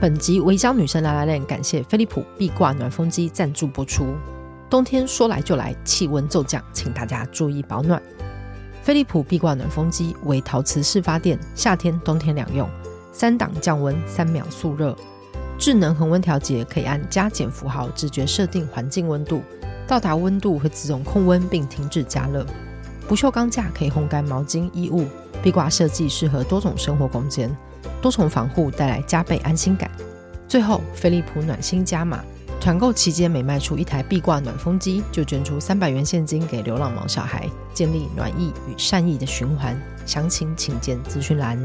本集《微商女神来来练》感谢飞利浦壁挂暖风机赞助播出。冬天说来就来，气温骤降，请大家注意保暖。飞利浦壁挂暖风机为陶瓷式发电，夏天、冬天两用，三档降温，三秒速热。智能恒温调节可以按加减符号直觉设定环境温度，到达温度会自动控温并停止加热。不锈钢架可以烘干毛巾、衣物，壁挂设计适合多种生活空间，多重防护带来加倍安心感。最后，飞利浦暖心加码，团购期间每卖出一台壁挂暖风机，就捐出三百元现金给流浪毛小孩，建立暖意与善意的循环。详情请见资讯栏。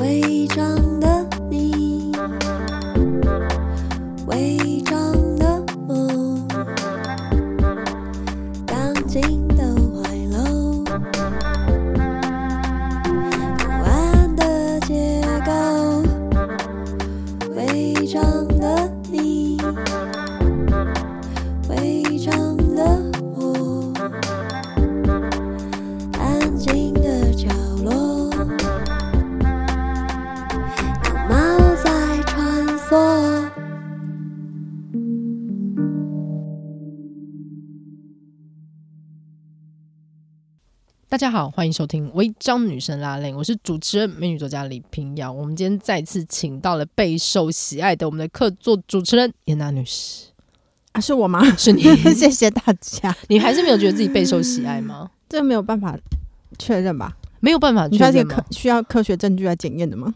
伪装的你，伪装的我，钢筋的怀楼，不安的结构，伪装的你，伪装的我，安静的角落。猫在穿梭。大家好，欢迎收听《违章女神拉链》，我是主持人美女作家李平遥。我们今天再次请到了备受喜爱的我们的客座主持人严娜女士，啊，是我吗？是你？ 谢谢大家， 你还是没有觉得自己备受喜爱吗？ 这没有办法确认吧？ 没有办法你确需要这认个吗科？需要科学证据来检验的吗？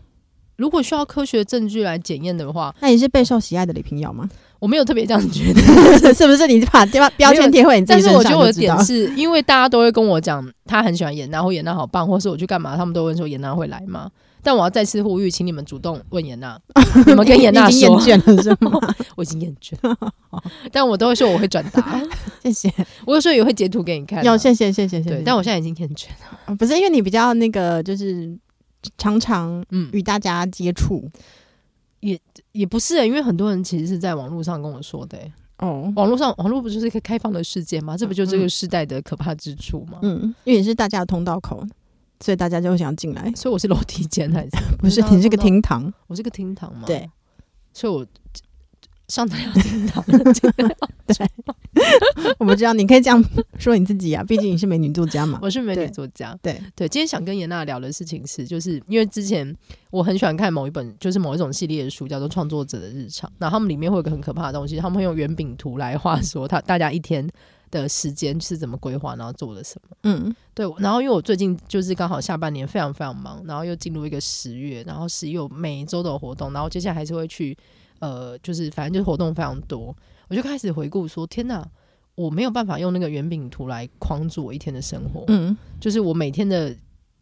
如果需要科学证据来检验的话，那你是备受喜爱的李平 遥吗？我没有特别这样 觉得。是不是你把标标签贴回你自但己是我身上觉得我的就知道点是因为大家都会跟我讲，他很喜欢严娜，或严娜好棒，或是我去干嘛，他们都会说严娜会来吗？但我要再次呼吁，请你们主动问啊严娜， 你们跟严娜 你已经说厌，倦了是吗？ 我已经厌倦，但我都会说我会转达， 谢谢，我有时候也会截图给你看啊、有谢谢谢谢谢谢。对，但我现在已经厌倦了，啊不是因为你比较那个，就是常常嗯，与大家接触也不是、欸，因为很多人其实是在网络上跟我说的欸、哦，网络上网络不就是一个开放的世界吗？这不就这个时代的可怕之处吗？嗯，因为你是大家的通道口，所以大家就会想进 来。所以我是楼梯间还是怎么样不是你是个，厅堂，我是个厅堂嘛，对，所以我上得 了厅堂，进得了我不知道你可以这样说你自己啊，毕竟你是美女作 家嘛。我是美女对作家。对，对，今天想跟严娜聊的事情是，就是因为之前我很喜欢看某一本，就是某一种系列的书，叫做《创作者的日常》。然后他们里面会有一个很可怕的东西，他们会用圆饼图来画说他大家一天的时间是怎么规划，然后做了什么。嗯，对，然后因为我最近就是刚好下半年非常非常忙，然后又进入一个十月，然后十一有每一周都有活动，然后接下来还是会去，呃，就是反正就是活动非常多，我就开始回顾说，天哪，我没有办法用那个圆饼图来框住我一天的生活，嗯，就是我每天的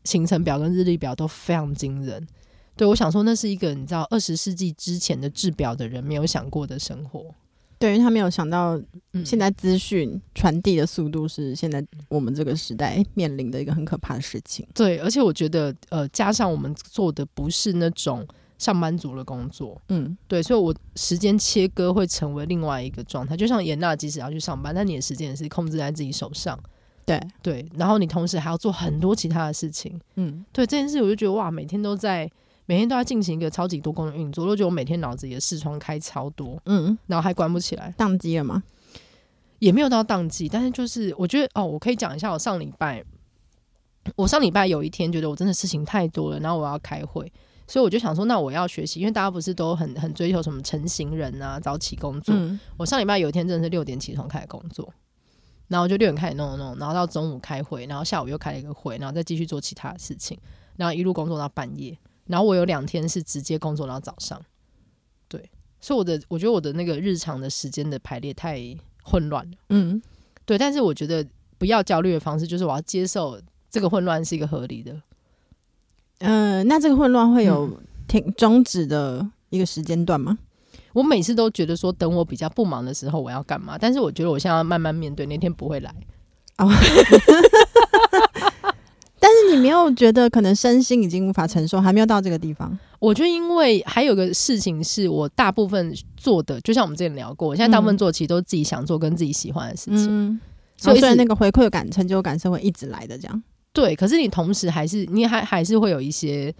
行程表跟日历表都非常惊人。对，我想说那是一个你知道二十世纪之前的制表的人没有想过的生活。对，因为他没有想到嗯，现在资讯传递的速度是现在我们这个时代面临的一个很可怕的事情。对，而且我觉得呃，加上我们做的不是那种上班族的工作，嗯，对，所以我时间切割会成为另外一个状态。就像严娜，即使要去上班，但你的时间也是控制在自己手上，对，对。然后你同时还要做很多其他的事情，嗯，对这件事，我就觉得哇，每天都在，每天都在进行一个超级多功能运作，我就觉得我每天脑子里的视窗开超多，嗯，然后还关不起来，宕机了吗？也没有到宕机，但是就是我觉得哦，我可以讲一下，我上礼拜，我上礼拜有一天觉得我真的事情太多了，然后我要开会。所以我就想说，那我要学习，因为大家不是都很很追求什么成型人啊、早起工作，嗯，我上礼拜有一天真的是六点起床开始工作，然后我就六点开始弄弄弄，然后到中午开会，然后下午又开了一个会，然后再继续做其他的事情，然后一路工作到半夜。然后我有两天是直接工作到早上，对，所以我的我觉得我的那个日常的时间的排列太混乱了，嗯，对。但是我觉得不要焦虑的方式就是我要接受这个混乱是一个合理的，呃，那这个混乱会有停终止的一个时间段吗？我每次都觉得说，等我比较不忙的时候，我要干嘛？但是我觉得我现在要慢慢面对，那天不会来。哦又觉得可能身心已经无法承受，还没有到这个地方。我觉得，因为还有个事情是我大部分做的，就像我们之前聊过，我现在大部分嗯做其实都是自己想做跟自己喜欢的事情。嗯，所所以以是那个回馈感、成就感是会一直来的，这样。对，可是你同时还是你还还是会有一些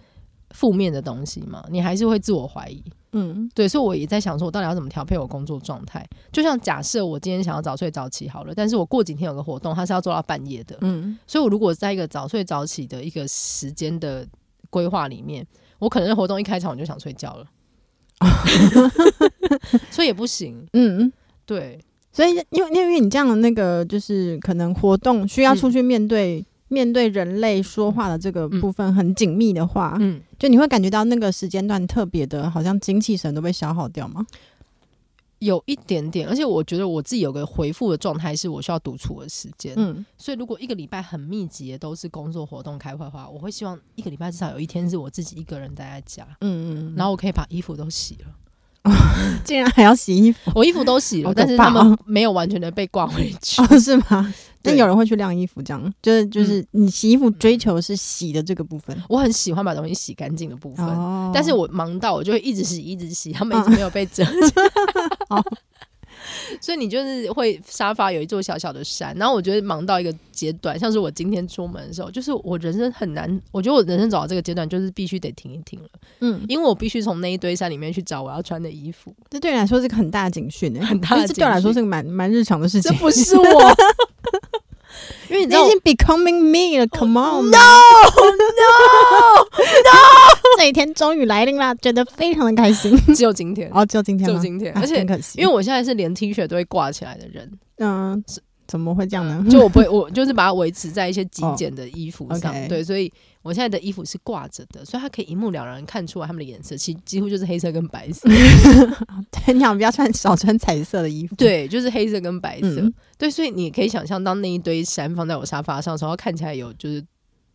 负面的东西嘛，你还是会自我怀疑。嗯对，所以我也在想说，我到底要怎么调配我工作状态？就像假设我今天想要早睡早起好了，但是我过几天有个活动，它是要做到半夜的，嗯所以我如果在一个早睡早起的一个时间的规划里面，我可能是活动一开场我就想睡 觉了，所以也不行。嗯，对，所以因为因为你这样的那个就是可能活动需要嗯出去面对、面对人类说话的这个部分很紧密的话，嗯，就你会感觉到那个时间段特别的，好像精气神都被消耗掉吗？有一点点，而且我觉得我自己有个回复的状态是我需要独处的时间，嗯所以如果一个礼拜很密集的都是工作活动开会的话，我会希望一个礼拜至少有一天是我自己一个人待在家，嗯嗯，然后我可以把衣服都洗了。嗯竟然还要洗衣服我衣服都洗了，好可怕哦但是他们没有完全的被挂回 去。哦，是吗？ 对嗯但有人会去晾衣服，这样就是就是你洗衣服追求是洗的这个部分我很喜欢把东西洗干净的部分，哦但是我忙到我就会一直洗，一直洗，他们一直没有被折 哦所以你就是会沙发有一座小小的山，然后我觉得忙到一个阶段，像是我今天出门的时候，就是我人生很难，我觉得我人生走到这个阶段，就是必须得停一停了，嗯，因为我必须从那一堆山里面去找我要穿的衣服。这对你来说是个很大的警讯欸很大的因为这对我警来说讯是个蛮蛮日常的事这情。不是我， 因为你你知道 已经 becoming me 哦了，Come on！No no no！这 一天终于来临啦，觉得非常的 开心。只有今天，哦，就今天只有吗？今天，啊而且真可惜，因为我现在是连 T 恤都会挂起来的人，嗯，怎么会这样 呢？就我不会，我就是把它维持在一些极简的衣服上。哦，OK 对，所以我现在的衣服是挂着的，所以它可以一目了然看出来它们的颜色，其几乎就是黑色跟白 色。对，你好，不要穿少穿彩色的衣服。，对， 就是黑色跟白色。嗯对，所以你可以想象，当那一堆衫放在我沙发上的时候，它看起来有就是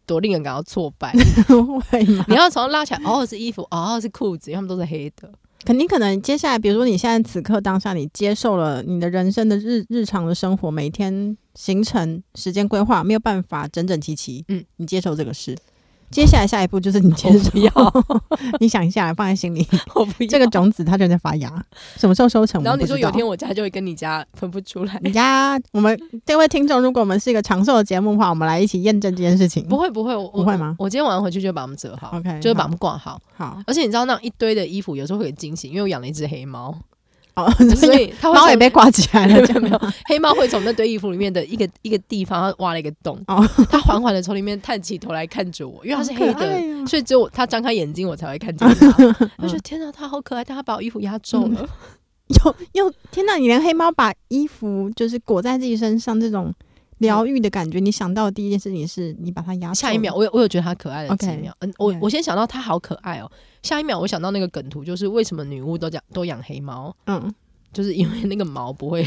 多令人感到挫 败。 会吗你？要从它拉起来，哦是衣服，哦是裤子，因为它们都是黑 的。肯定可能接下来，比如说你现在此刻当下，你接受了你的人生的日日常的生活，每天行程时间规划没有办法整整齐齐，嗯嗯，你接受这个事。接下来下一步就是你接受， 我不 你想一下，放在心里， 我不要这个。种子它就在发芽，什么时候收成？然后你说有一天我我家就会跟你家分不出来，们不知道你家，我们这位听众，如果我们是一个长寿的节目的话，我们来一起验证这件事 情。不会不会，我不会吗我我今天晚上回去就把它们折好 OK，就会把它好们挂好。好，而且你知道那一堆的衣服有时候会有惊喜，因为我养了一只黑 猫，哦，所以它会猫也从 被挂起来没了，有这样没有，黑猫会从那堆衣服里面的一个一个地方，它挖了一个洞，哦它缓缓的从里面探起头来看着我，因为它是黑好可爱的，哦所以只有我它张开眼睛我才会看见 它。我就觉得天哪，它好可爱，但它把我衣服压皱嗯了。又又天哪！你连黑猫把衣服就是裹在自己身上这种疗愈的感觉，你想到的第一件事情是你把它压。下一秒，，我有我有觉得它可爱的几 OK，秒，嗯，我 OK 我先想到它好可爱哦，下一秒我想到那个梗图，就是为什么女巫都讲都养黑猫，嗯，就是因为那个毛不会，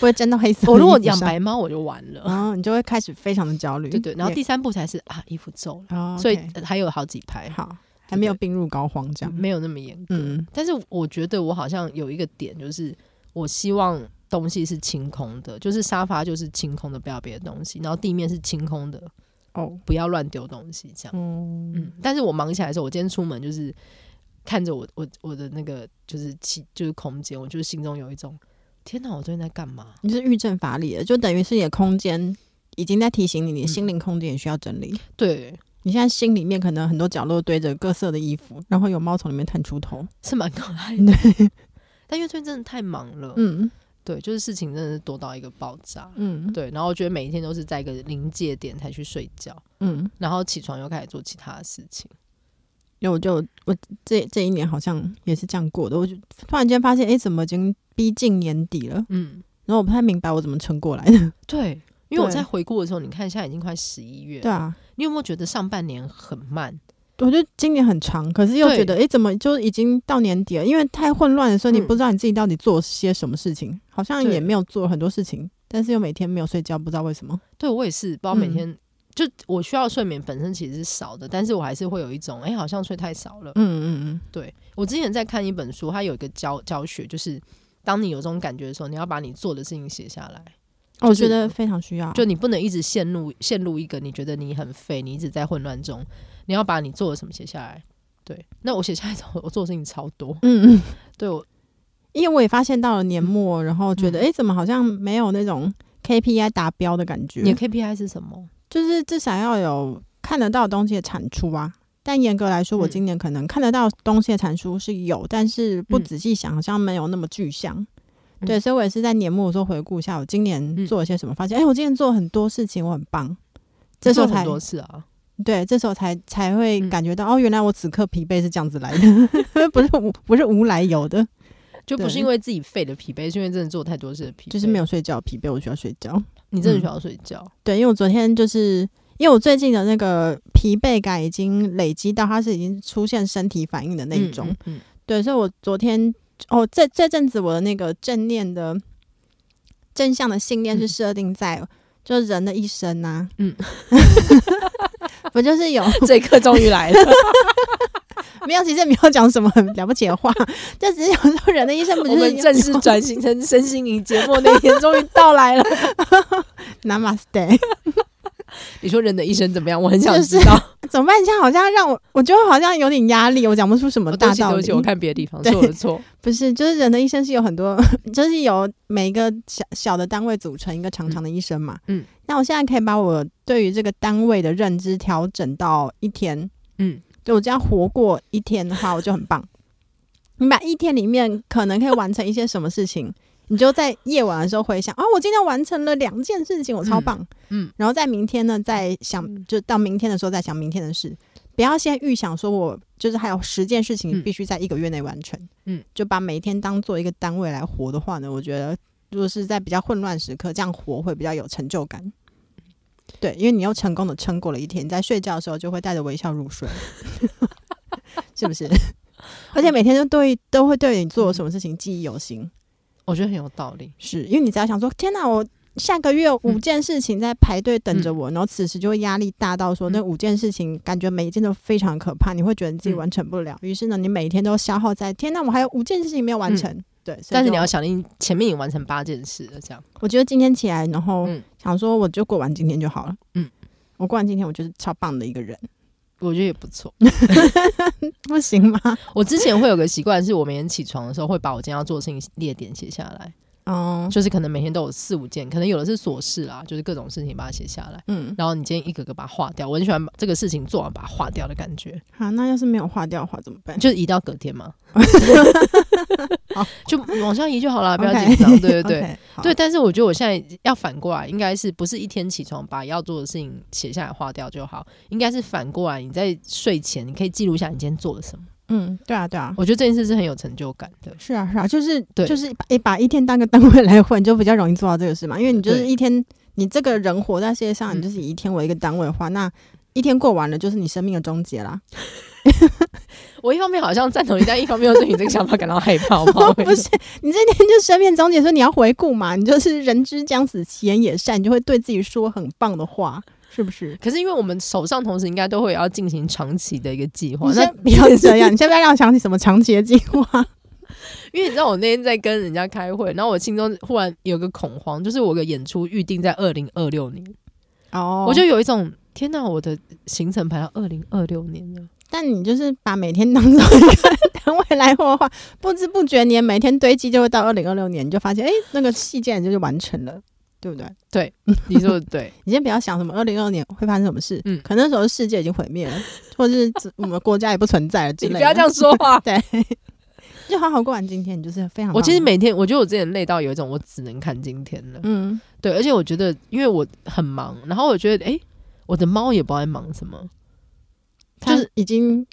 不会沾到黑色的衣服上。我如果 养白猫我就完了，哦，你就会开始非常的焦虑。对对，然后也第三步才是啊衣服皱了。哦，OK，所以呃还有好几排，好，还没有病入膏肓这样。没有那么严格。嗯但是我觉得我好像有一个点，就是我希望东西是清空的，就是沙发就是清空的，不要别的东西，然后地面是清空的，哦，不要乱丢东西这样。嗯，嗯，但是我忙起来的时候，我今天出门就是看着我我我的那个就是气就是空间，我就是心中有一种天哪，我最近在干嘛？你是郁症乏力了，就等于是你的空间已经在提醒你，你的心灵空间也需要整理。对，你现在心里面可能很多角落堆着各色的衣服，然后有猫从里面探出头。是蛮可爱的。但因为最近真的太忙了，嗯对，就是事情真的是多到一个爆炸。嗯对，然后我觉得每一天都是在一个临界点才去睡觉，嗯，然后起床又开始做其他的事情。因为我就我这这一年好像也是这样过的，我就突然间发现，哎、怎么已经逼近年底了？嗯，然后我不太明白我怎么撑过来的。对，因为我对在回顾的时候，你看现在已经快十一月，对，啊，你有没有觉得上半年很慢？我觉得今年很长，可是又对觉得，哎、怎么就已经到年底了？因为太混乱的时候，你嗯不知道你自己到底做些什么事情，好像对也没有做很多事情，但是又每天没有睡觉，不知道为什么。对我也是，包括每嗯天、就我需要睡眠本身其实是少的，但是我还是会有一种哎、诶好像睡太少了。嗯嗯对我之前在看一本书，它有一个教教学，就是当你有这种感觉的时候，你要把你做的事情写下来。嗯，我就是觉得非常需要。就你不能一直陷入陷入一个你觉得你很废，你一直在混乱中，你要把你做了什么写下来。对，那我写下来之后，我做的事情超多。嗯嗯，对我，因为我也发现到了年嗯末，然后觉得哎、诶怎么好像没有那种 KPI 达标的感觉？你的 KPI 是什么？就是至少要有看得到的东西的产出啊。但严格来说，我嗯今年可能看得到东西的产出是有，但是不嗯仔细想，好像没有那么具象。嗯对，所以我也是在年末的时候回顾一下我今年做了些什么，发现哎、诶我今年做了很多事情，我很棒。这时候做才很多事啊，对，这时候才才会嗯感觉到、哦，原来我此刻疲惫是这样子来 的，不是无不是无来由的，就不对是因为自己废的疲惫，是因为真的做太多事的疲惫，就是没有睡觉疲惫，我需要睡觉。你真的嗯需要睡觉。对，因为我昨天就是因为我最近的那个疲惫感已经累积到它是已经出现身体反应的那一种， 嗯，嗯对，所以我昨天哦，这这阵子我的那个正念的正向的信念是嗯设定在、就是人的一生呐、 嗯，我就是有嗯这一刻终于来了， 没有，其实也没有讲什么很了不起的话，就只是有时候人的一生不我就是们有正式转型 成身心灵节目那一天终于到来了。 Namaste 你说人的一生怎么样？我很想就知是道。怎么办？你现在好像让我，我觉得好像有点压力，我讲不出什么哦对大不起，道对不理。起，我看别的地方 对是我的错。不是，就是人的一生是有很多， 就是由每一个小小的单位组成一个长长的一生嘛。嗯嗯那我现在可以把我对于这个单位的认知调整到一天，嗯，对我只要活过一天的话，我就很棒。 你把一天里面可能可以完成一些什么事情， 你就在夜晚的时候回想啊，我今天完成了两件事情，我超棒。嗯嗯然后在明天呢，再想嗯，就到明天的时候再想明天的事，不要先预想说我就是还有十件事情嗯必须在一个月内完成。嗯，就把每一天当做一个单位来活的话呢，我觉得如果是在比较混乱时刻这样活会比较有成就感。对，因为你又成功的撑过了一天，你在睡觉的时候就会带着微笑入睡， 是不是？而且每天都对都会对你做什么事情记忆犹新，我觉得很有道理。是因为你只要想说，天哪，我下个月有五件事情在排队等着我，然后此时就会压力大到说，嗯那五件事情感觉每一件都非常可怕，你会觉得你自己嗯完成不了，于是呢，你每一天都消耗在，天哪，我还有五件事情没有完成。对，所以嗯但是就你要想，你前面已经完成八件事了，这样。我觉得今天起来，然后嗯想说我就过完今天就好了。嗯，我过完今天，我就是超棒的一个人， 我觉得也不错。不行吗？ 我之前会有个习惯，是我每天起床的时候会把我今天要做的事情列点写下来，哦，就是可能每天都有四五件，可能有的是琐事啦，就是各种事情把它写下来，嗯，然后你今天一个个把它划掉。我很喜欢把这个事情做完把它划掉的感觉，好，那要是没有划掉的话怎么办？就是移到隔天 嘛好， 就往上移就好了，啊不要 OK 紧张。对对对。 OK，好对，但是我觉得我现在要反过来，应该是不是一天起床把要做的事情写下来划掉就好，应该是反过来，你在睡前你可以记录一下你今天做了什么。嗯，对啊，对啊。我觉得这件事是很有成就感的。是啊，是啊，就是对就是把诶把一天当个单位来混，就比较容易做到这个事嘛。因为你就是对一天，你这个人活在世界上，嗯你就是以一天为一个单位的话，那一天过完了就是你生命的终结啦。我一方面好像赞同你，但一方面又对你这个想法感到害怕。好 不好不是，你这天就生命终结，说你要回顾嘛，你就是人之将死，其言也善，你就会对自己说很棒的话，是不是？可是因为我们手上同时应该都会要进行长期的一个计划哦你，那先不要这样，你先不要让我想起什么长期的计划。 因为你知道我那天在跟人家开会，然后我心中忽然有个恐慌，就是我的演出预定在二零二六年，哦我就有一种天哪，我的行程排到二零二六年了。但你就是把每天当做一个单位来活的话，不知不觉你每天堆积就会到二零二六年，你就发现哎、诶那个细件就是完成了，对不对？你说的对，你先不要想什么二零二年会发生什么事，嗯可能那时候世界已经毁灭了，或者是我们国家也不存在了 之你类的。不要这样，说话。就好好过完今天，你就是非常棒。我其实每天，我觉得我之前累到有一种我只能看今天了。嗯，对，而且我觉得，因为我很忙，然后我觉得，诶，哎我的猫也不知道在忙什么， 就就是是已经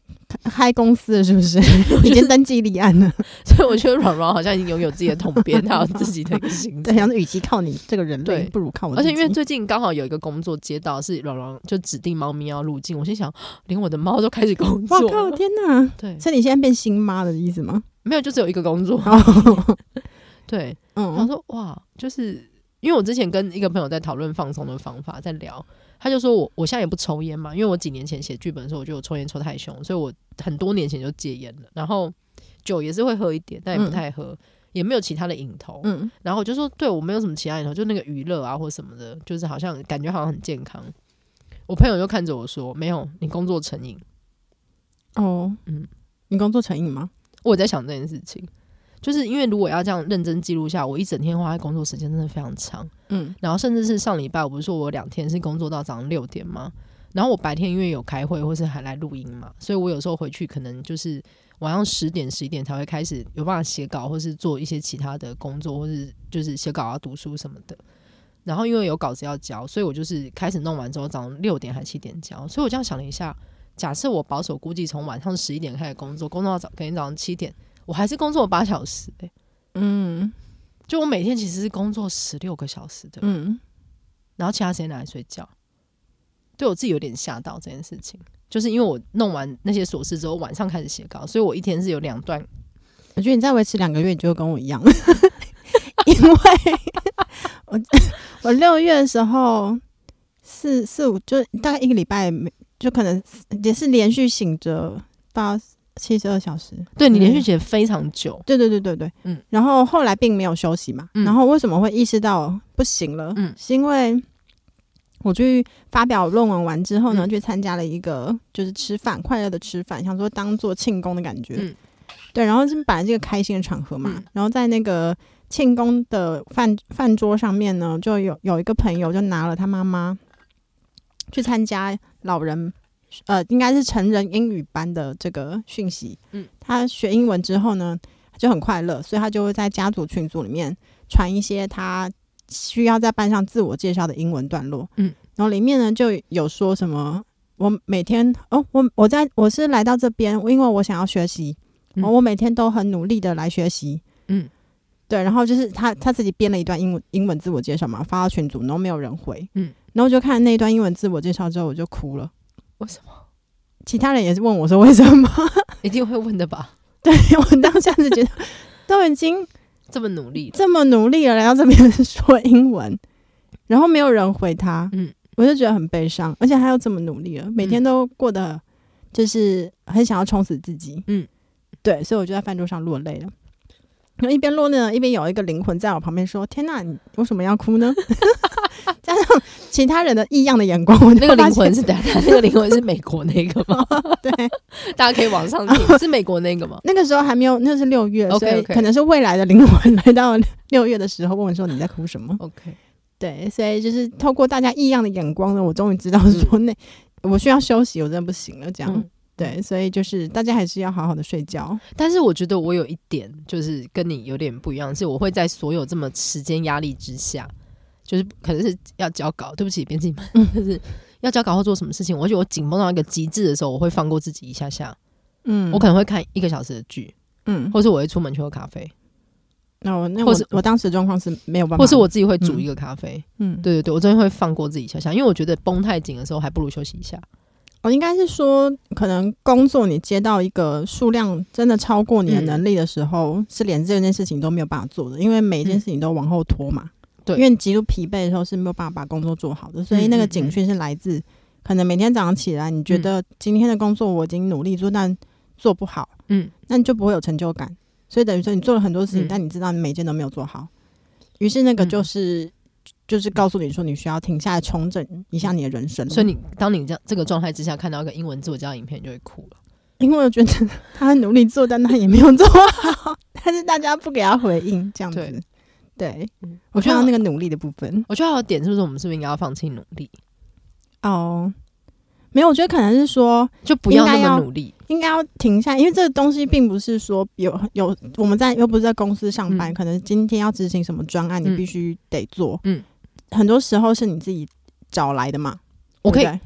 开公司了，是不 是？已经登记立案了。所以我觉得软软好像已经拥有自己的统 编，还有自己的一个行对，程。想说与其靠你这个人类，对不如靠我自而己。且因为最近刚好有一个工作接到是软软就指定猫咪要入境，我心想，连我的猫都开始工哇作靠，了。天哪！对，所以你现在变新妈的意思吗？没有就只有一个工作。哦，对，然后嗯，嗯说哇，就是因为我之前跟一个朋友在讨论放松的方法，在聊，他就说我我现在也不抽烟嘛，因为我几年前写剧本的时候，我觉得我抽烟抽太凶，所以我很多年前就戒烟了。然后酒也是会喝一点，但也不嗯太喝。也没有其他的瘾头。嗯，然后我就说，对我没有什么其他瘾头，就那个娱乐啊或什么的，就是好像感觉好像很健康。我朋友就看着我说：“没有，你工作成瘾。哦，嗯嗯，你工作成瘾吗？”我有在想这件事情，就是因为如果要这样认真记录下，我一整天花在工作时间真的非常长。嗯然后甚至是上礼拜，我不是说我有两天是工作到早上六点吗？然后我白天因为有开会或是还来录音嘛，所以我有时候回去可能就是晚上十点十一点才会开始有办法写稿，或是做一些其他的工作，或是就是写稿啊、读书什么的。然后因为有稿子要交，所以我就是开始弄完之后早上六点还七点交。所以我这样想了一下，假设我保守估计从晚上十一点开始工作，工作到早，可能早上七点，我还是工作了八小时、欸。嗯就我每天其实是工作十六个小时的。嗯，然后其他时间拿来睡觉。对我自己有点吓到这件事情，就是因为我弄完那些琐事之后，晚上开始写稿，所以我一天是有两段。我觉得你再维持两个月，你就会跟 我一样，因为我 我六月的时候四四五就大概一个礼拜没，就可能也是连续醒着到七十二小时。对你连续嗯写非常久，对对对对对，嗯嗯。然后后来并没有休息嘛，嗯然后为什么会意识到不行了？嗯是因为我去发表论文完之后呢，嗯去参加了一个就是吃饭，快乐的吃饭，想说当做庆功的感觉。嗯对，然后是本来是一个开心的场合嘛，嗯然后在那个庆功的饭饭桌上面呢，就有有一个朋友就拿了他妈妈去参加老人。呃，应该是成人英语班的这个讯息。嗯嗯，他学英文之后呢，就很快乐，所以他就会在家族群组里面传一些他需要在班上自我介绍的英文段落。嗯，然后里面呢就有说什么，我每天哦，我我在我是来到这边，因为我想要学习，嗯哦我每天都很努力的来学习。嗯，对，然后就是他他自己编了一段英文英文自我介绍嘛，发到群组，然后没有人回。嗯，然后就看那一段英文自我介绍之后，我就哭了。为什么？其他人也是问我说为什么？ 一定会问的吧？对我当下就觉得都已经这么努力了，这么努力了，来到这边说英文，然后没有人回他，嗯嗯，我就觉得很悲伤，而且他又这么努力了，每天都过得就是很想要充实自己，嗯嗯，对，所以我就在饭桌上落泪了。然后一边落泪呢，一边有一个灵魂在我旁边说：“天哪，你为什么 要哭呢？”加上其他人的异样的眼光，我就那个灵发现魂是等一下，那个灵魂是美国那个 吗？对。大家可以往上听，是美国那个吗？那个时候还没有，那是六月 OK，所以 OK 可能是未来的灵魂来到六月的时候，问我说：“你在哭什么？” OK，对，所以就是透过大家异样的眼光呢，我终于知道说那、我需要休息，我真的不行了。这样、嗯对，所以就是大家还是要好好的睡觉。但是我觉得我有一点就是跟你有点不一样，是我会在所有这么时间压力之下，就是可能是要交稿，对不起编辑们，嗯就是要交稿或做什么事情，我觉得我紧绷到一个极致的时候，我会放过自己一下下，嗯我可能会看一个小时的剧，嗯，或是我会出门去喝咖啡，那我那或我是我当时状况是没有办法，或是我自己会煮一个咖啡。嗯，对，对对对，我真的会放过自己一下下，因为我觉得绷太紧的时候，还不如休息一下。我哦应该是说，可能工作你接到一个数量真的超过你的嗯能力的时候，是连这件事情都没有办法做的，因为每一件嗯事情都往后拖嘛。对因为你极度疲惫的时候是没有办法把工作做好的，所以嗯那个嗯警讯是来自，可能每天早上起来，你觉得今天的工作我已经努力做，但做不好，嗯，那你就不会有成就感。所以等于说你做了很多事情，嗯但你知道你每一件都没有做好，于是那个嗯就是、就是告诉你说你需要停下来重整一下你的人生了。所以你当你这样这个状态之下，看到一个英文自我介绍影片，你就会哭了。因为我觉得他很努力做，但他也没有做好，但是大家不给他回应，这样子对。对，嗯我看到我觉那得个努力的部分我觉得还有点是不是我们是不是应该要放弃努力，哦，没有，我觉得可能是说就不要应该那么要努力？应该要停下，因为这个东西并不是说有有我们在又不是在公司上班，嗯可能今天要执行什么专案，嗯你必须得做。嗯，很多时候是你自己找来的嘛。我可以对不对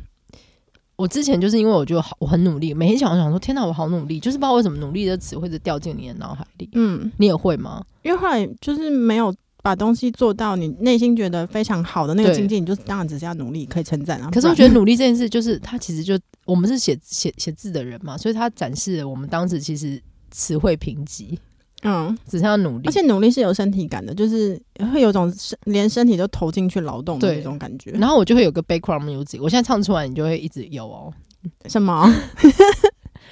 我之前就是因为我觉得好，我很努力，每天想想说，天哪，我好努力，就是不知道为什么努力的词汇就掉进你的脑海里。嗯，你也会吗？因为后来就是没有把东西做到你内心觉得非常好的那个对境界，你就当然只是要努力，可以称赞啊。可是不然我觉得努力这件事，就是它其实就我们是写写写字的人嘛，所以它展示了我们当时其实词汇贫瘠，嗯，只是要努力。而且努力是有身体感的，就是会有种身连身体都投进去劳动的对那种感觉。然后我就会有个 background music，我现在唱出来，你就会一直有哦。什么？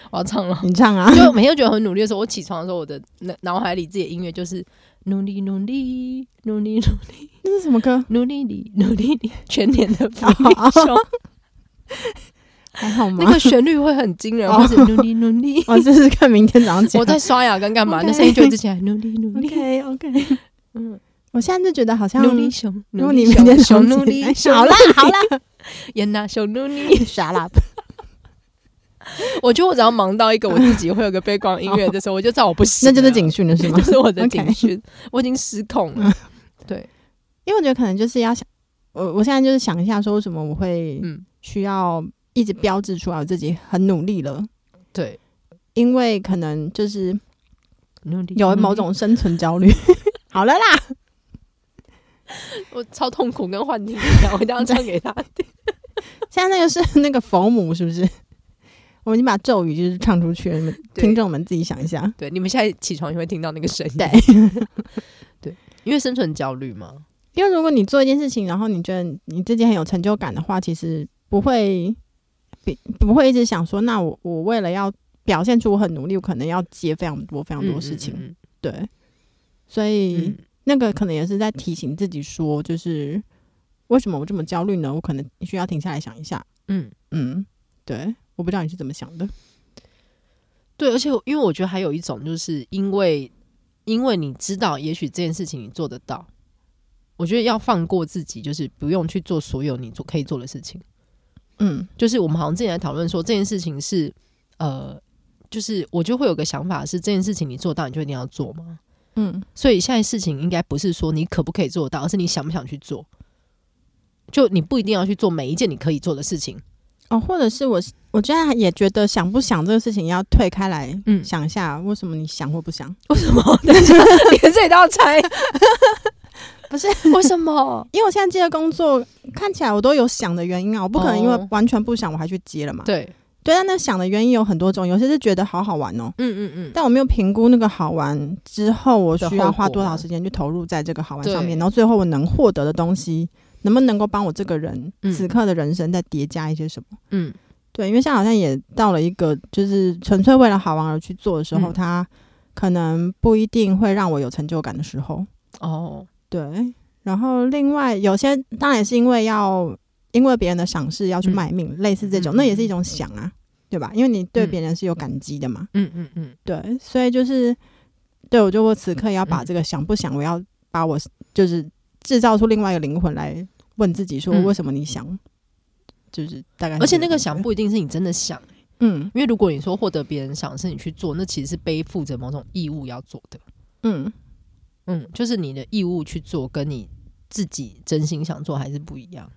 我要唱了，你唱啊？啊就每天觉得很努力的时候，我起床的时候，我的脑脑海里自己的音乐就是努力努力努力努力那是什么歌？努力你努力你，全年的福利哦熊，还好吗？那 个旋律会很惊人，哦或者努力努 力。哦，这是看明天早上讲。我在刷牙跟干嘛？ OK 那声音就一直起来，努力努力， OK OK， 嗯，我现在就觉得好像努力熊，如努果力你明天熊早上熊努起来力，熊好啦努力好 啦，也拿熊努力。傻啦， 我觉得我只要忙到一个我自己会有个背光音乐的时候，我就知道我不行那 了，就是警讯了是对，吗就？是我的 OK 警讯，我已经失控了。因为我觉得可能就是要想，我我现在就是想一下，说为什么我会嗯，需要一直标志出来我自己很努力了，对，因为可能就是努力有某种生存焦虑。 好了啦，我超痛苦，跟幻听一样，我一定要唱给他听。现在那个是 那个佛母是不是？ 我已经把咒语就是唱出去了，你们对听众们自己想一下。 对，你们现在起床也会听到那个声音。对， 对，因为生存焦虑嘛。因为如果你做一件事情，然后你觉得你自己很有成就感的话，其实不会比不会一直想说，那我我为了要表现出我很努力，我可能要接非常多非常多事情。嗯对，所以、嗯那个可能也是在提醒自己说，就是为什么我这么焦虑呢？我可能需要停下来想一下。嗯，嗯，对，我不知道你是怎么想的。对，而且我因为我觉得还有一种，就是因为因为你知道，也许这件事情你做得到，我觉得要放过自己，就是不用去做所有你做可以做的事情。嗯就是我们好像之前在讨论说这件事情是，呃，就是我就会有个想法是，这件事情你做到，你就一定要做吗？嗯，所以现在事情应该不是说你可不可以做到，而是你想不想去做。就你不一定要去做每一件你可以做的事情，哦，或者是我我现在也觉得想不想这个事情要退开来，嗯想一下为什么你想或不想？为什么？等一下， 连这里都要猜？不是，为什么？因为我现在接的工作看起来我都有想的原因啊，我不可能因哦为完全不想我还去接了 嘛。对，对，但那想的原因有很多种，有些是觉得好好玩哦，嗯嗯嗯，但我没有评估那个好玩之后，我的需要后花果多吗少时间去投入在这个好玩上面，对然后最后我能获得的东西，能不能够帮我这个人、嗯此刻的人生再叠加一些什么？嗯对，因为现在好像也到了一个，就是纯粹为了好玩而去做的时候，嗯它可能不一定会让我有成就感的时候。哦，对，然后另外有些当然也是因为要因为别人的赏识要去嗯卖命，类似这种，嗯那也嗯是一种想啊，对吧？因为你对嗯别人是有感激的嘛。嗯嗯嗯，对，所以就是，对我就我此刻也要把嗯这个想不想，我要把我就是制造出另外一个灵魂来问自己说，嗯为什么你想？就是大概是这感觉，而且那个想不一定是你真的想，嗯因为如果你说获得别人赏识，你去做，那其实是背负着某种义务要做的，嗯嗯，就是你的义务去做，跟你自己真心想做还是不一样，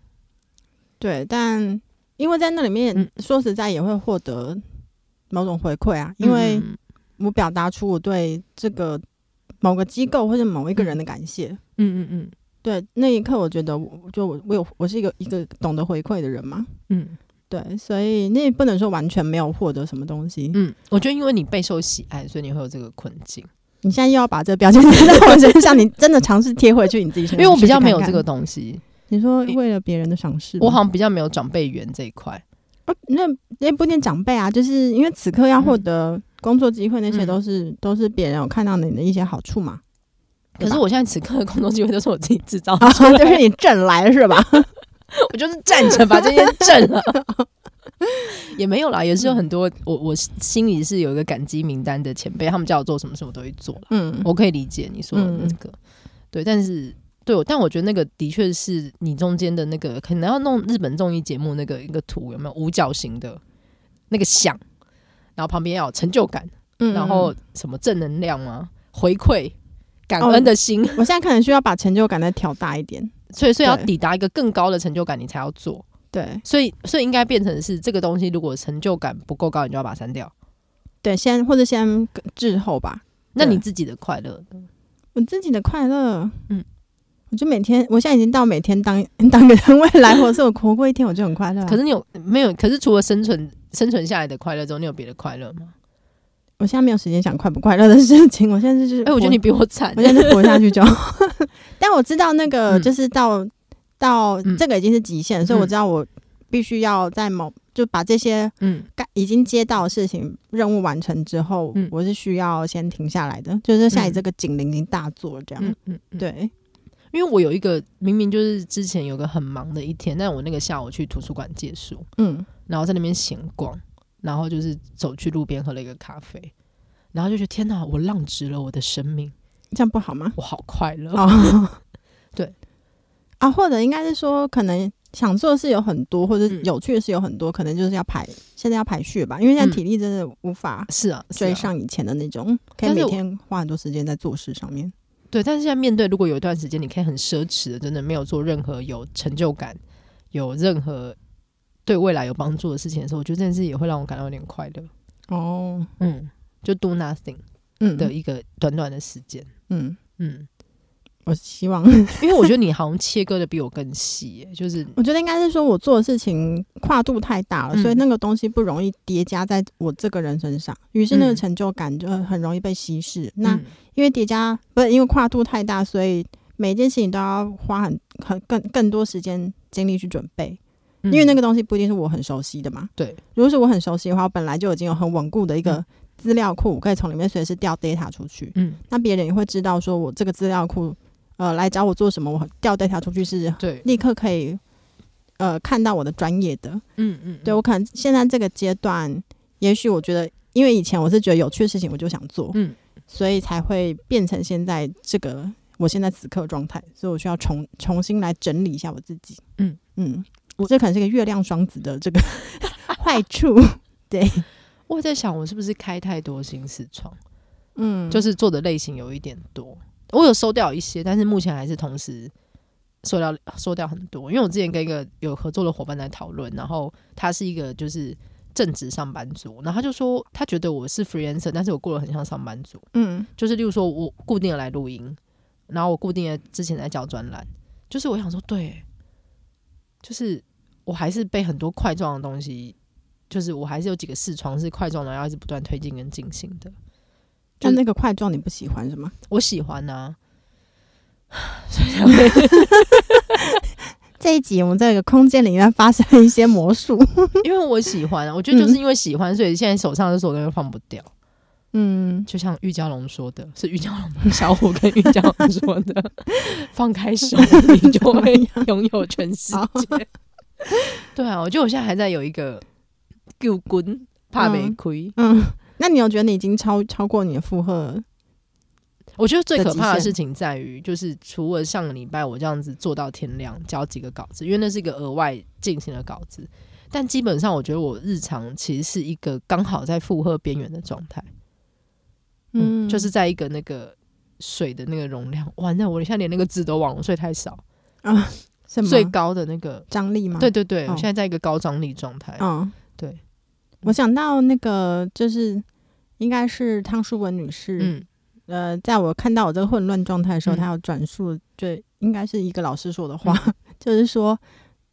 对，但因为在那里面、嗯说实在也会获得某种回馈啊，因为嗯我表达出我对这个某个机构或者某一个人的感谢。嗯嗯对，那一刻我觉得我，我就我我有我是一个一个懂得回馈的人嘛，嗯对，所以那也不能说完全没有获得什么东西，嗯嗯，我觉得因为你备受喜爱，所以你会有这个困境，你现在又要把这个标签贴在我身上，你真的尝试贴回去你自己身因上，为我比较没有试这试个看看。东西，你说为了别人的赏识吗，我好像比较没有长辈缘这一块，哦那那不一定长辈啊，就是因为此刻要获得工作机会，那些嗯都是、都是别人有看到你的一些好处 嘛。可是我现在此刻的工作机会都是我自己制造的 啊，，就是你挣来了 是吧？我就是站着把这些震了。 也没有啦，也是有很嗯多我我心里是有一个感激名单的前辈，他们叫我做什么事我都会做了，嗯，我可以理解你说的那个，对，但是对我，但我觉得那个的确是你中间的那个，可能要弄日本综艺节目那个一个图有没有五角形的那个响，然后旁边要有成就感，嗯然后什么正能量啊，回馈感哦恩的心，我现在可能需要把成就感再调大一点。所以所以要对抵达一个更高的成就感，你才要做。对所以，所以应该变成是这个东西，如果成就感不够高，你就要把它删掉。对，先或者先滞后吧。那对你自己的快乐呢，我自己的快乐，嗯嗯，我就每天，我现在已经到每天当 当个人未来，或者是我活过一天，我就很快乐啊、可是你有没有？可是除了生存生存下来的快乐之后，你有别的快乐吗？我现在没有时间想快不快乐的事嗯情，我现在就是，哎、我觉得你，比 我惨我。现在就活下去就好。 但我知道那个嗯就是到、到嗯这个已经是极限，所以我嗯知道我必须要在某就把这些嗯该已经接到的事情任务完成之后，嗯我是需要先停下来的，就是下你嗯这个警铃已经大作了，这样、嗯嗯，嗯，对，因为我有一个明明就是之前有个很忙的一天，但我那个下午去图书馆借书，嗯，然后在那边闲逛，然后就是走去路边喝了一个咖啡，然后就觉得天哪，我浪直了我的生命，这样不好吗？我好快乐。，哦对，啊，或者应该是说，可能想做的事有很多，或者嗯有趣的事有很多，可能就是要排，现在要排序吧，因为现在嗯体力真的无法是啊，是啊追上以前的那种，可但以是每我天花很多时间在做事上面。对，但是现在面对，如果有一段时间你可以很奢侈的，真的没有做任何有成就感、有任何对未来有帮助的事情的时候，我觉得这件事也会让我感到有点快乐。哦，嗯，就 do nothing 嗯的，一个短短的时间。嗯，嗯，我 希望，因为我觉得你好像切割的比我更细耶、就是我觉得应该是说我做的事情跨度太大了，嗯所以那个东西不容易叠加在我这个人身上，于是那个嗯成就感就很容易被稀释。那嗯因为叠加不是因为跨度太大，所以每一件事情都要花很很更更多时间精力去准备。因为那个东西不一定是我很熟悉的嘛。嗯对，如果是我很熟悉的话，我本来就已经有很稳固的一个资料库，可以从里面随时调 data 出去。嗯，那别人也会知道说我这个资料库，呃，来找我做什么，我调 data 出去是对，立刻可以，呃，看到我的专业的。嗯嗯，对我可能现在这个阶段，也许我觉得，因为以前我是觉得有趣的事情我就想做，嗯，所以才会变成现在这个我现在此刻的状态，所以我需要重重新来整理一下我自己。嗯嗯，我这可能是个月亮双子的 这个坏处。我在想我是不是开太多新视窗，嗯，就是做的类型有一点多。我有收掉一些，但是目前还是同时收掉收掉很多。因为我之前跟一个有合作的伙伴在讨论，然后他是一个就是正职上班族，然后他就说他觉得我是 freelancer，但是我过得很像上班族，嗯就是例如说我固定的来录音，然后我固定的之前在教专栏，就是我想说对，就是我还是被很多块状的东西，就是我还是有几个视窗是块状的，要一直不断推进跟进行的。但那个块状你不喜欢是吗？我喜欢啊 呐、这一集我们在一个空间里面发生了一些魔术。 因为我喜欢啊，我觉得就是因为喜欢，所以现在手上的所有东西放不掉。嗯，就像玉娇龙说的，是玉娇龙吗小虎跟玉娇龙说的， 放开手，你就会拥有全世界。对啊，我觉得我现在还在有一个救滚怕没亏。嗯，那你有觉得你已经超超过你的负荷？我觉得最可怕的的极限事情在于，就是除了上个礼拜我这样子做到天亮交几个稿子，因为那是一个额外进行的稿子，但基本上我觉得我日常其实是一个刚好在负荷边缘的状态，嗯，就是在一个那个水的那个容量，哇，那我现在连那个字都忘了，我睡太少，什么最高的那个，张力吗？对，对对，哦我现在在一个高张力状态，嗯。对，我想到那个就是应该是汤淑文女士，嗯呃，在我看到我这个混乱状态的时候，嗯她有转述，就应该是一个老师说的话，就是说，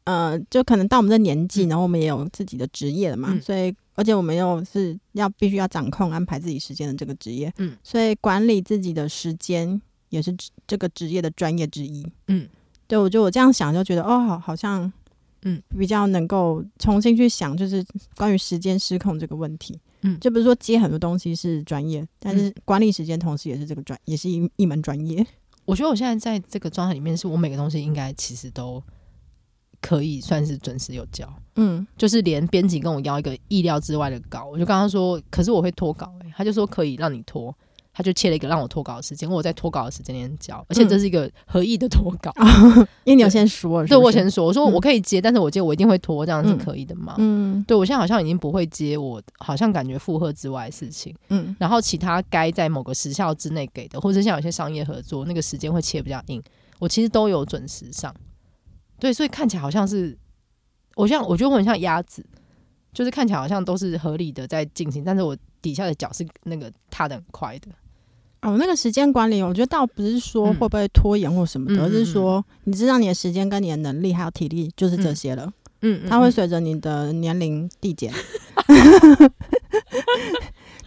呃，就可能到我们这年纪，嗯然后我们也有自己的职业了嘛，嗯所以而且我们又是要必须要掌控安排自己时间的这个职业，嗯，所以管理自己的时间也是职这个职业的专业之一，嗯，对我觉得我这样想就觉得哦，好，好像。嗯，比较能够重新去想，就是关于时间失控这个问题。嗯就比如说接很多东西是专业，但是管理时间同时也是这个专，也是一一门专业。我觉得我现在在这个状态里面，是我每个东西应该其实都可以算是准时有交。嗯，就是连编辑跟我要一个意料之外的稿，我就跟他说，可是我会脱稿、欸，他就说可以让你脱，他就切了一个让我脱稿的时间，我在脱稿的时间点交，而且这是一个合意的脱稿。因为你有先说 了，对是不是我先说，我说嗯我可以接，但是我接我一定会脱，这样是可以的嘛？嗯对我现在好像已经不会接我好像感觉负荷之外的事情，嗯然后其他该在某个时效之内给的，或者像有些商业合作，那个时间会切比较硬，我其实都有准时上。对，所以看起来好像是我像我觉得我很像鸭子，就是看起来好像都是合理的在进行，但是我底下的脚是那个踏的很快的。哦，那个时间管理，我觉得倒不是说嗯会不会拖延或什么嗯嗯的，而是嗯说你知道你的时间跟你的能力还有体力就是这些了，嗯它会随着你的年龄 递减，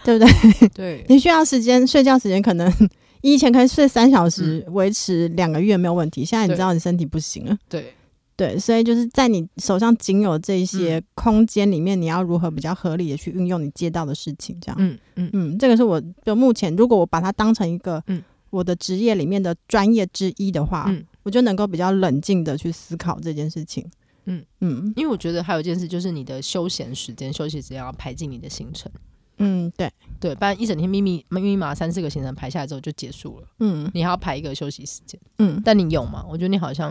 对不对？ 对你需要时间睡觉时间可能嗯以前可以睡三小时，维持两个月没有问题，现在你知道你身体不行了。对对，所以就是在你手上仅有这嗯些空间里面，你要如何比较合理的去运用你接到的事情，这样。嗯嗯嗯，这个是我就目前，如果我把它当成一个嗯我的职业里面的专业之一的话，嗯，我就能够比较冷静的去思考这件事情。嗯嗯因为我觉得还有一件事就是你的休闲时间、休息时间要排进你的行程，嗯，对，对，不然一整天密密密密麻麻三四个行程排下来之后就结束了，嗯你还要排一个休息时间，嗯，但你有吗？我觉得你好像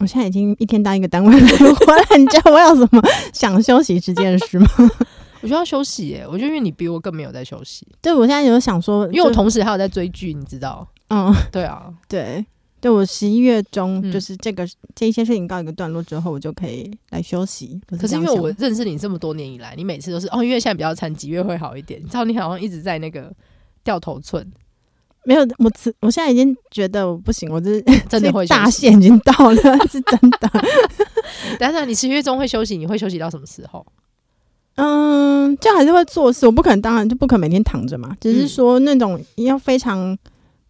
我现在已经一天当一个单 位了，我很叫我有什么想休息这件事吗？ 我觉得要休息耶、我觉得因为你比我更没有在休息，对，我现在有想说，因为我嗯就同时还有在追剧，你知道？嗯，对 啊，对。对我十一月中嗯就是这个、这一些事情告一个段落之后，我就可以来休息。可是因为这样我想认识你这么多年以来，你每次都是哦，因为现在比较惨，几月会好一点？你知道你好像一直在那个掉头寸，没有我此我现在已经觉得我不行，我这真的会这休大息。限已经到了， 是真的。但是你十一月中会休息，你会休息到什么时候？嗯，这样还是会做事，我不可能，当然就不可能每天躺着嘛。只嗯是说那种要非常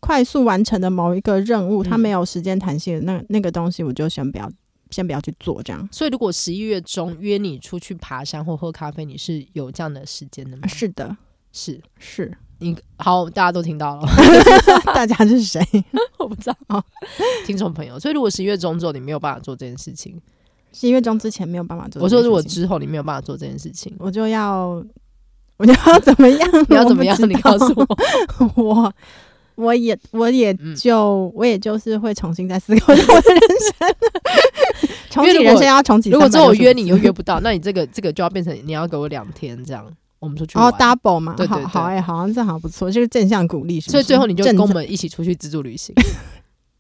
快速完成的某一个任务，嗯它没有时间弹性的那那个东西，我就先不要，先不要去做这样。所以如果十一月中约你出去爬山或喝咖啡，你是有这样的时间的吗？是的，是，是你好，大家都听到了， 大家是谁？ 我不知道哦听众朋友。所以如果十一月中之后你没有办法做这件事情，十一月中之前没有办法做我这件事情。说如果之后你没有办法做这件事情， 我就要，我就要怎么样？你要怎么样？我不你知道告诉我。 我，我也，我也嗯就，我也就是会重新再思考我 的人生，重启人生要重启。如果之后我约你又又约不到，那你这个这个就要变成你要给我两天这样，我们出去玩。哦 double 嘛，对对对好好哎、好像这好像不错，就是正向鼓励是不是。所以最后你就正跟我向们一起出去自助旅 行，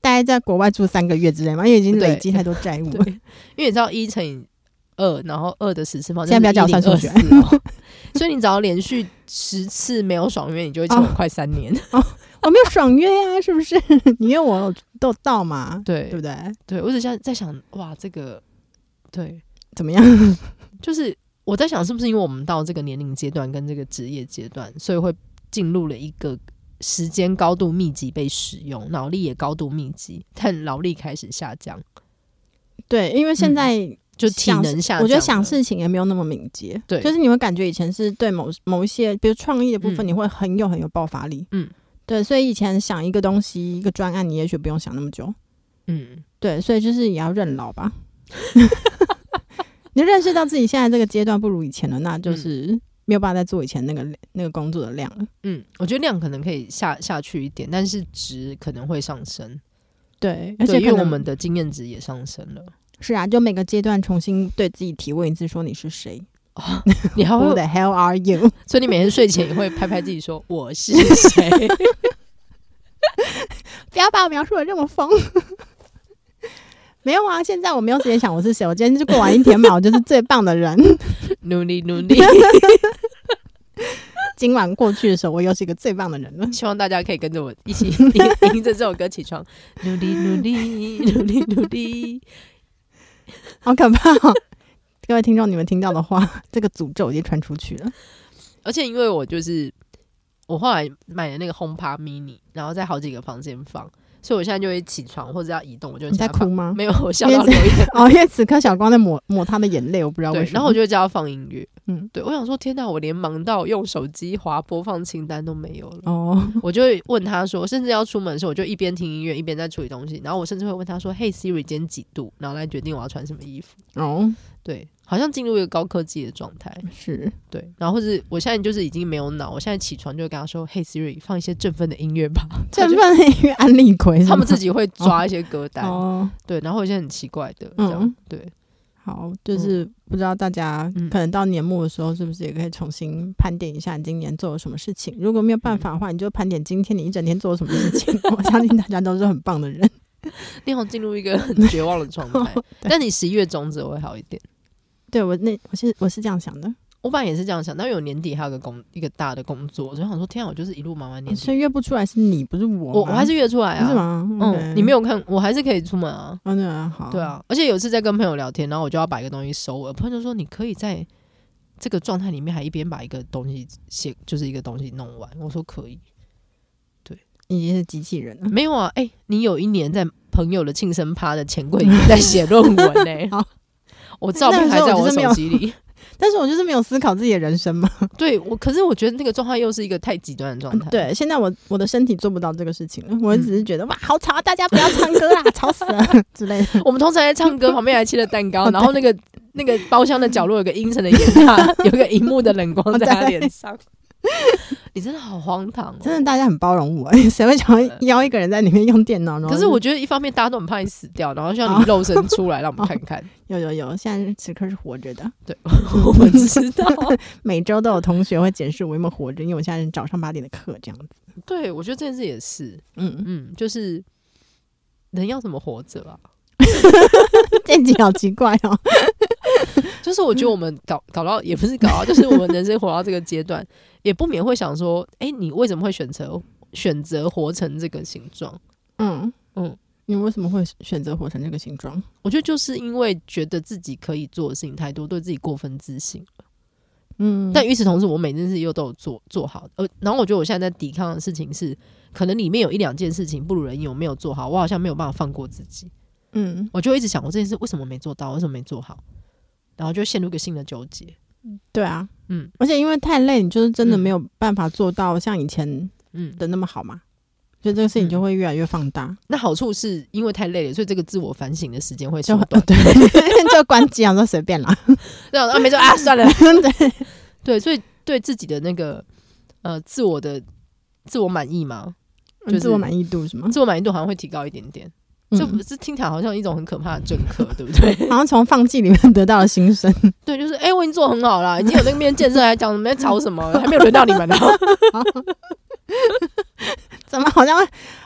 待在国外住三个月之类嘛，因为已经累对积太多债务了。因为你知道一乘以二，然后二的十次方，现在不要叫我算数学就是1024哦所以你只要连续十次没有爽约，你就会欠哦我快三年。我没有爽约呀、是不是？ 你约我有都有到嘛，对 对不对？对，我只想在想，哇，这个对，怎么样？ 就是我在想，是不是因为我们到这个年龄阶段跟这个职业阶段，所以会进入了一个时间高度密集被使用，脑力也高度密集，但劳力开始下降，对，因为嗯现在、就体想能下降了。我觉得想事情也没有那么敏捷，对就是你会感觉以前是对某某一些，比如创意的部分，嗯你会很有很有爆发力，嗯，对，所以以前想一个东西一个专案，你也许不用想那么久，嗯，对，所以就是也要认老吧， 你认识到自己现在这个阶段不如以前了，那就是没有办法再做以前那个那个工作的量了，嗯，我觉得量可能可以下下去一点，但是值可能会上升，对，而对，且因为可我能们的经验值也上升了。是啊，就每个阶段重新对自己提问一次，说你是谁 你 还，Who 会 the，hell are you？所以你每天睡前也会拍拍自己说我 是谁？不要把我描述的这么疯。 没有啊，现在我没有时间想我是谁，我今天就过完一天嘛，我就是最棒的人。 努力努力，今晚过去的时候，我又是一个最棒的人了。希望大家可以跟着我一 起迎迎着这首歌起床，努力努力 努力努力。好可怕、哦！各位听众，你们听到的话，这个诅咒已经传出去了。而且因为我就是我后来买了那个 HomePod Mini，然后在好几个房间放，所以我现在就会起床或者要移动，我就会你在叫它放哭吗？没有，我笑到流眼。哦，因为此刻小光在抹抹他的眼泪，我不知 道为对，什么。然后我就会叫他放音乐。嗯，对，我想说，天哪，我连忙到用手机滑播放清单都没有了。哦，我就会问他说，甚至要出门的时候，我就一边听音乐一边在处理东西。然后我甚至会问他说：“嘿 Siri，今天几度？”然后来决定我要穿什么衣服。哦，对，好像进入一个高科技的状态。是，对，然后或是我现在就是已经没有脑，我现在起床就会跟他说：“嘿 Siri，放一些振奋的音乐 吧。”振奋的音乐安利鬼是吗，他们自己会抓一些歌单，哦，对，然后有一些很奇怪的，这样、嗯对，好，就是不知道大家嗯可能到年末的时候，是不是也可以重新盘点一下你今年做了什么事情？如果没有嗯办法的话，你就盘点今天你一整天做了什么事情。 我相信大家都是很棒的人。。你好像进入一个很绝望的状态 但你十一月中子会好一点，对我那我是我是这样想的，我本来也是这样想，但有年底还有个工一个大的工作，我就想说，天啊，我就是一路忙完年你底，所以约不出来是哦你，不是我吗。我我还是约出来不是啊，吗？嗯，你没有。有看，我还是可以出门啊，嗯，对啊，好，对，啊，而且有一次在跟朋友聊天，然后我就要把一个东西收尾，朋友就说你可以在这个状态里面还一边把一个东西写，就是一个东西弄完，我说可以，啊你已经是机器人了。没有啊，哎、你有一年在朋友的庆生趴的钱柜里面在写论文呢、好我照片还在我手机里。但是我就是没有思考自己的人 生嘛。对我，可是我觉得那个状态又是一个太极端的状态。， 对，现在我我的身体做不到这个事情了，我嗯只是觉得、哇，好吵，啊大家不要唱歌啦， 吵 死了之类的。我们通常在唱歌，旁边还切了蛋糕，然后那个那个包厢的角落有个阴沉的眼大，有个荧幕的冷光在他脸上。 你真的好荒唐真哦！的，大家很包容我， 谁会想要邀一个人在里面用电脑？然后可是我觉得一方面大家都很怕你死掉，然后像你肉身出来让我们看看。有有有，现在此刻是活着的。对，我们知道。每周都有同学会检视我有没有活着，因为我现在是早上八点的课这样子。对，我觉得这件事也是，嗯，嗯，就是人要怎么活着啊？ 这集好奇怪哦。就是我觉得我们搞搞到也不是搞到，就是我们人生活到这个阶段，也不免会想说，哎、你为什么会选择选择活成这个形状？ 嗯嗯嗯，你为什么会选择活成这个形状？我觉得就是因为觉得自己可以做的事情太多，对自己过分自信。嗯，但与此同时，我每件事又都有做做好。呃，然后我觉得我现在在抵抗的事情是，可能里面有一两件事情不如人意，我没有做好，我好像没有办法放过自己。嗯，我就一直想，我这件事为什么没做到，为什么没做好，然后就陷入一个新的纠结。对啊，嗯而且因为太累，你就是真的嗯没有办法做到像以前嗯，的那么好嘛，所以这个事情就会越来越放大，那好处是因为太累了，所以这个自我反省的时间会就缩很、短。 对， 就关机啊，说随便啦。对啊，没错啊，算了。 对， 对，所以对自己的那个呃自我的自我满意嘛，就是嗯自我满意度是吗？自我满意度好像会提高一点点。这不嗯是听起来好像一种很可怕的政客，对不对？好像从放弃里面得到了新生，对，就是哎、我已经做得很好了， 已经有那个面健身，还讲什么在吵什 么，还没有轮到你们呢。哦怎么好像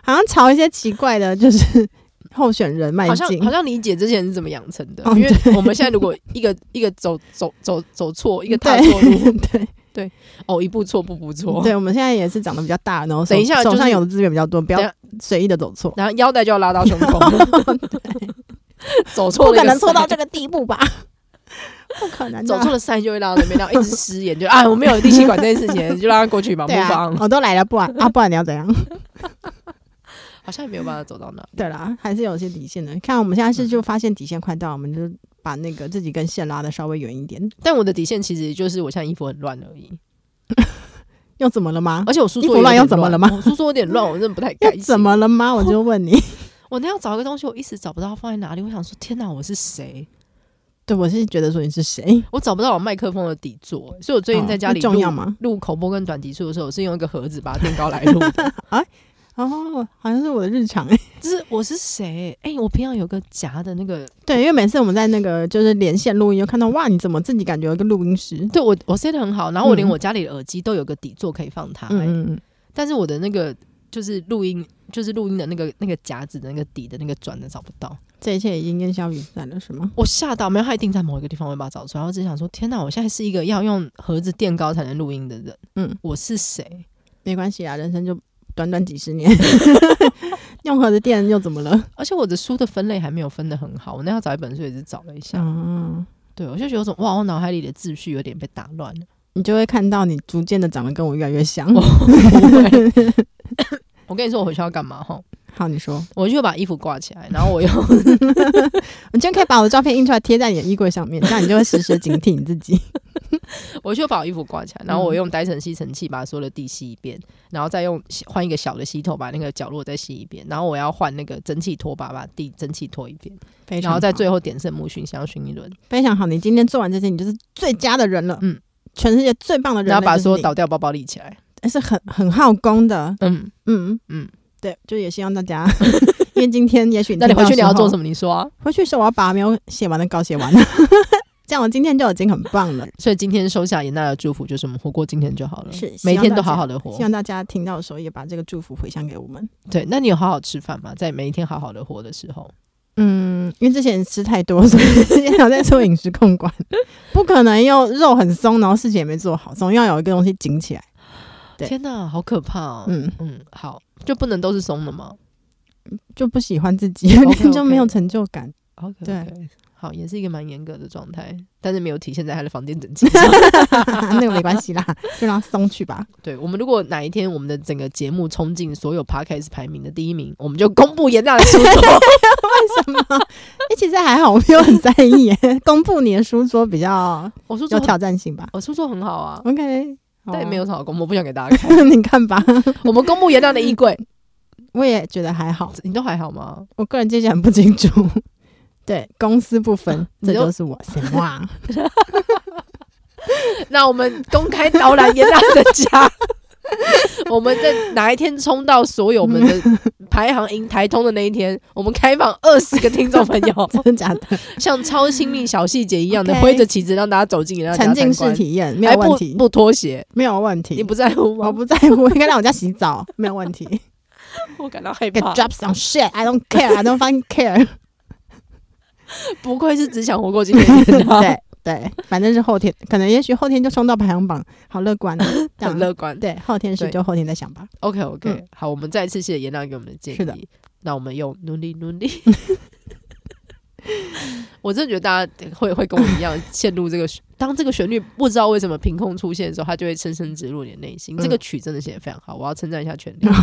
好像朝一些奇怪的，就是候选人迈好像进好？像理解之前是怎么养成的，哦因为我们现在如果一个一个走走走走错，一个踏错路，对 对哦，一步错步步错，对，我们现在也是长得比较大，然后手等一下就手上是有的资源比较多，不等一要随意的走错。然后腰带就要拉到胸 口，走错不了可一个能错到塞这个地步 吧？不可能的啊走错了塞就会拉到那边，然后一直失言，就啊我没有力气管这件事情，就让他过去嘛，不对啊妨，，我都来了，不然 啊，不然你要怎样？ 好像也没有办法走到那。对啦，还是有些底线的。看我们现在是就发现底线快到，我们就把那个自己跟线拉的稍微远一点。但我的底线其实就是我现在衣服很乱而已，又怎么了吗？而且我书衣服桌有乱点又怎么了吗我书桌有点乱，我真的不太开又心。 怎么了哎吗？我就问你，我那要找一个东西，我一时找不到放在哪里。我想说，天哪，我是谁？对我是觉得说你是谁？我找不到我麦克风的底座，欸所以我最近在家里哦录、重要吗？录口播跟短集数的时候，我是用一个盒子把它垫高来录的。 哦，好像是我的日常哎、就是我是谁？哎、我平常有个夹的那个，对，因为每次我们在那个就是连线录音，就看到哇，你怎么自己感觉有一个录音师？对我我塞的很好，然后我连嗯我家里的耳机都有个底座可以放它、欸嗯嗯但是我的那个就是录音，就是录音的那个那个夹子的那个底的那个转的找不到。嗯，这一切已经烟消云散了，是吗？我吓到，没有，他一定在某一个地方，我会把它找出来。我只想说，天哪，我现在是一个要用盒子垫高才能录音的人，嗯，我是谁？没关系啊，人生就短短几 十年，用盒子店又怎么了？而且我的书的分类还没有分得很好，我那要找一本书也是找了一下，嗯，对我就觉得有种哇，我脑海里的秩序有点被打乱 了。你就会看到你逐渐的长得跟我越来越像。哦我跟你说，我回去要干嘛哈？好，你说，我就把衣服挂起来，然后我又 你就可以把我的照片印出来贴在你的衣柜上面，这样你就会时时警惕你自己。我就把我衣服挂起来，然后我用单层吸尘器把所有的地吸一遍，然后再用换一个小的吸头把那个角落再吸一遍，然后我要换那个蒸汽拖把把地蒸汽拖一遍，非常然后好，在最后点圣木熏香熏一轮，非常好，你今天做完这些，你就是最佳的人了。嗯嗯，全世界最棒的人类然后把就是所有你倒掉包包立起来。哎是很很好功的。嗯，嗯嗯嗯，对，就也希望大家， 因为今天也许那你回去你要做么？什么？你说啊。回去的时候我要把没有写完的稿写完， 这样我今天就已经很棒了。所以今天收下严娜的祝福，就是我们活过今天就好了，是希每望一天都大家好好的活希。望大家听到的时候也把这个祝福回向给我们。对，那你有好好吃饭吗？在每一天好好的活的时候，嗯，因为之前吃太多，所以 现在有在做饮食控管，不可能又肉很松，然后事情也没做好，总要有一个东西紧起来。对天哪，好可怕哦！嗯嗯，好，就不能都是松的吗？就不喜欢自 己 OK，OK 就没有成就感。好可对怕。好，也是一个蛮严格的状态，但是没有体现在他的房间整 洁上。啊那个没关系啦， 就让它松去吧。对我们，如果哪一天我们的整个节目冲进所有 podcast 排名的第一名，我们就公布严娜的书 桌。什么？哎、其实还好，我没有很在意耶。 公布你的书桌比较我书桌有，挑战性吧我书桌很好啊， ？OK，好啊但也没有。什么好公布，不想给大家看。 你看吧，我们公布严娜的衣柜，我也觉得还好。你都还好吗？我个人界限很不清楚。 对公私不分，啊你这就就 是我什么啊？那我们公开导览严娜的 家。我们在哪一天冲到所有我们的排行赢台通的那一天，我们开放二十个听众朋 友，真的假的？像超亲密小细节一样的 OK 挥着旗子让大家走进，让大家沉浸式参观体验没有还问题哎不，不脱 鞋，没有问你题。不在乎吗我？不在乎， 应该让我家洗澡，没有问 题。我感到害 Get 怕。 drops on shit, I don't care, I don't fucking care 不愧是只想活过今天 的人、啊，对对，反正是后天，可能也许后天就冲到排行榜，好乐 观啊，这很样乐观。对，后天是对就后天再想 吧。 OK OK，、嗯好，我们再一次谢谢严亮给我们的建议。是的那我们用努力努力。 我真的觉得大家会会跟我一样陷入这个旋，当这个旋律不知道为什么凭空出现的时候，它就会深深植入你的内心。嗯这个曲真的写的非常好，我要称赞一下全力。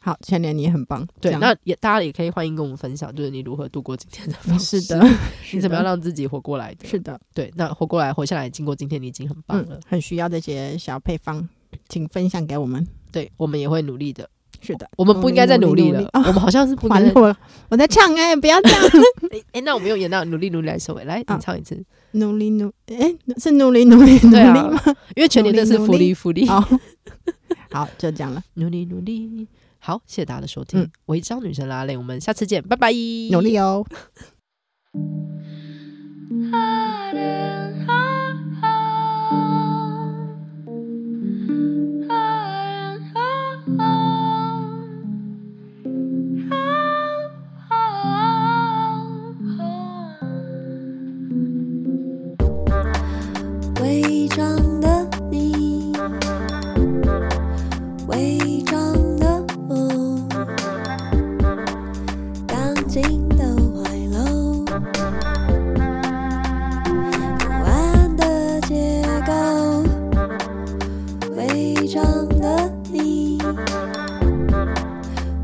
好，全年你也很棒。对这，样那也大家也可以欢迎跟我们分享，就是你如何度过今天的 方式。是的，你哦 是怎么样的让自己活过来的？是的，对，那活过来、活下来，经过今天，你已经很棒了。嗯，很需要这些小配方，请分享给我们。对，我们也会努力的。是的，我们不应该再努力了，啊 我们好像是不应完该了，再。我我在唱哎、不要这样， 哎、那我们用演到努力努力来收尾，来，你啊唱一次。努力努，哎、是努力努力努对力啊吗？因为全年的是努福利力福利，好， 好，就这 样了，努力努力。好，谢谢大家的收听，嗯我一张女神拉蕾，我们下次见，拜拜。努力哦。伪装的你，伪装的我，钢筋的怀楼，不安的结构。伪装的你，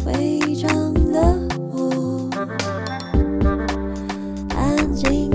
伪装的我，安静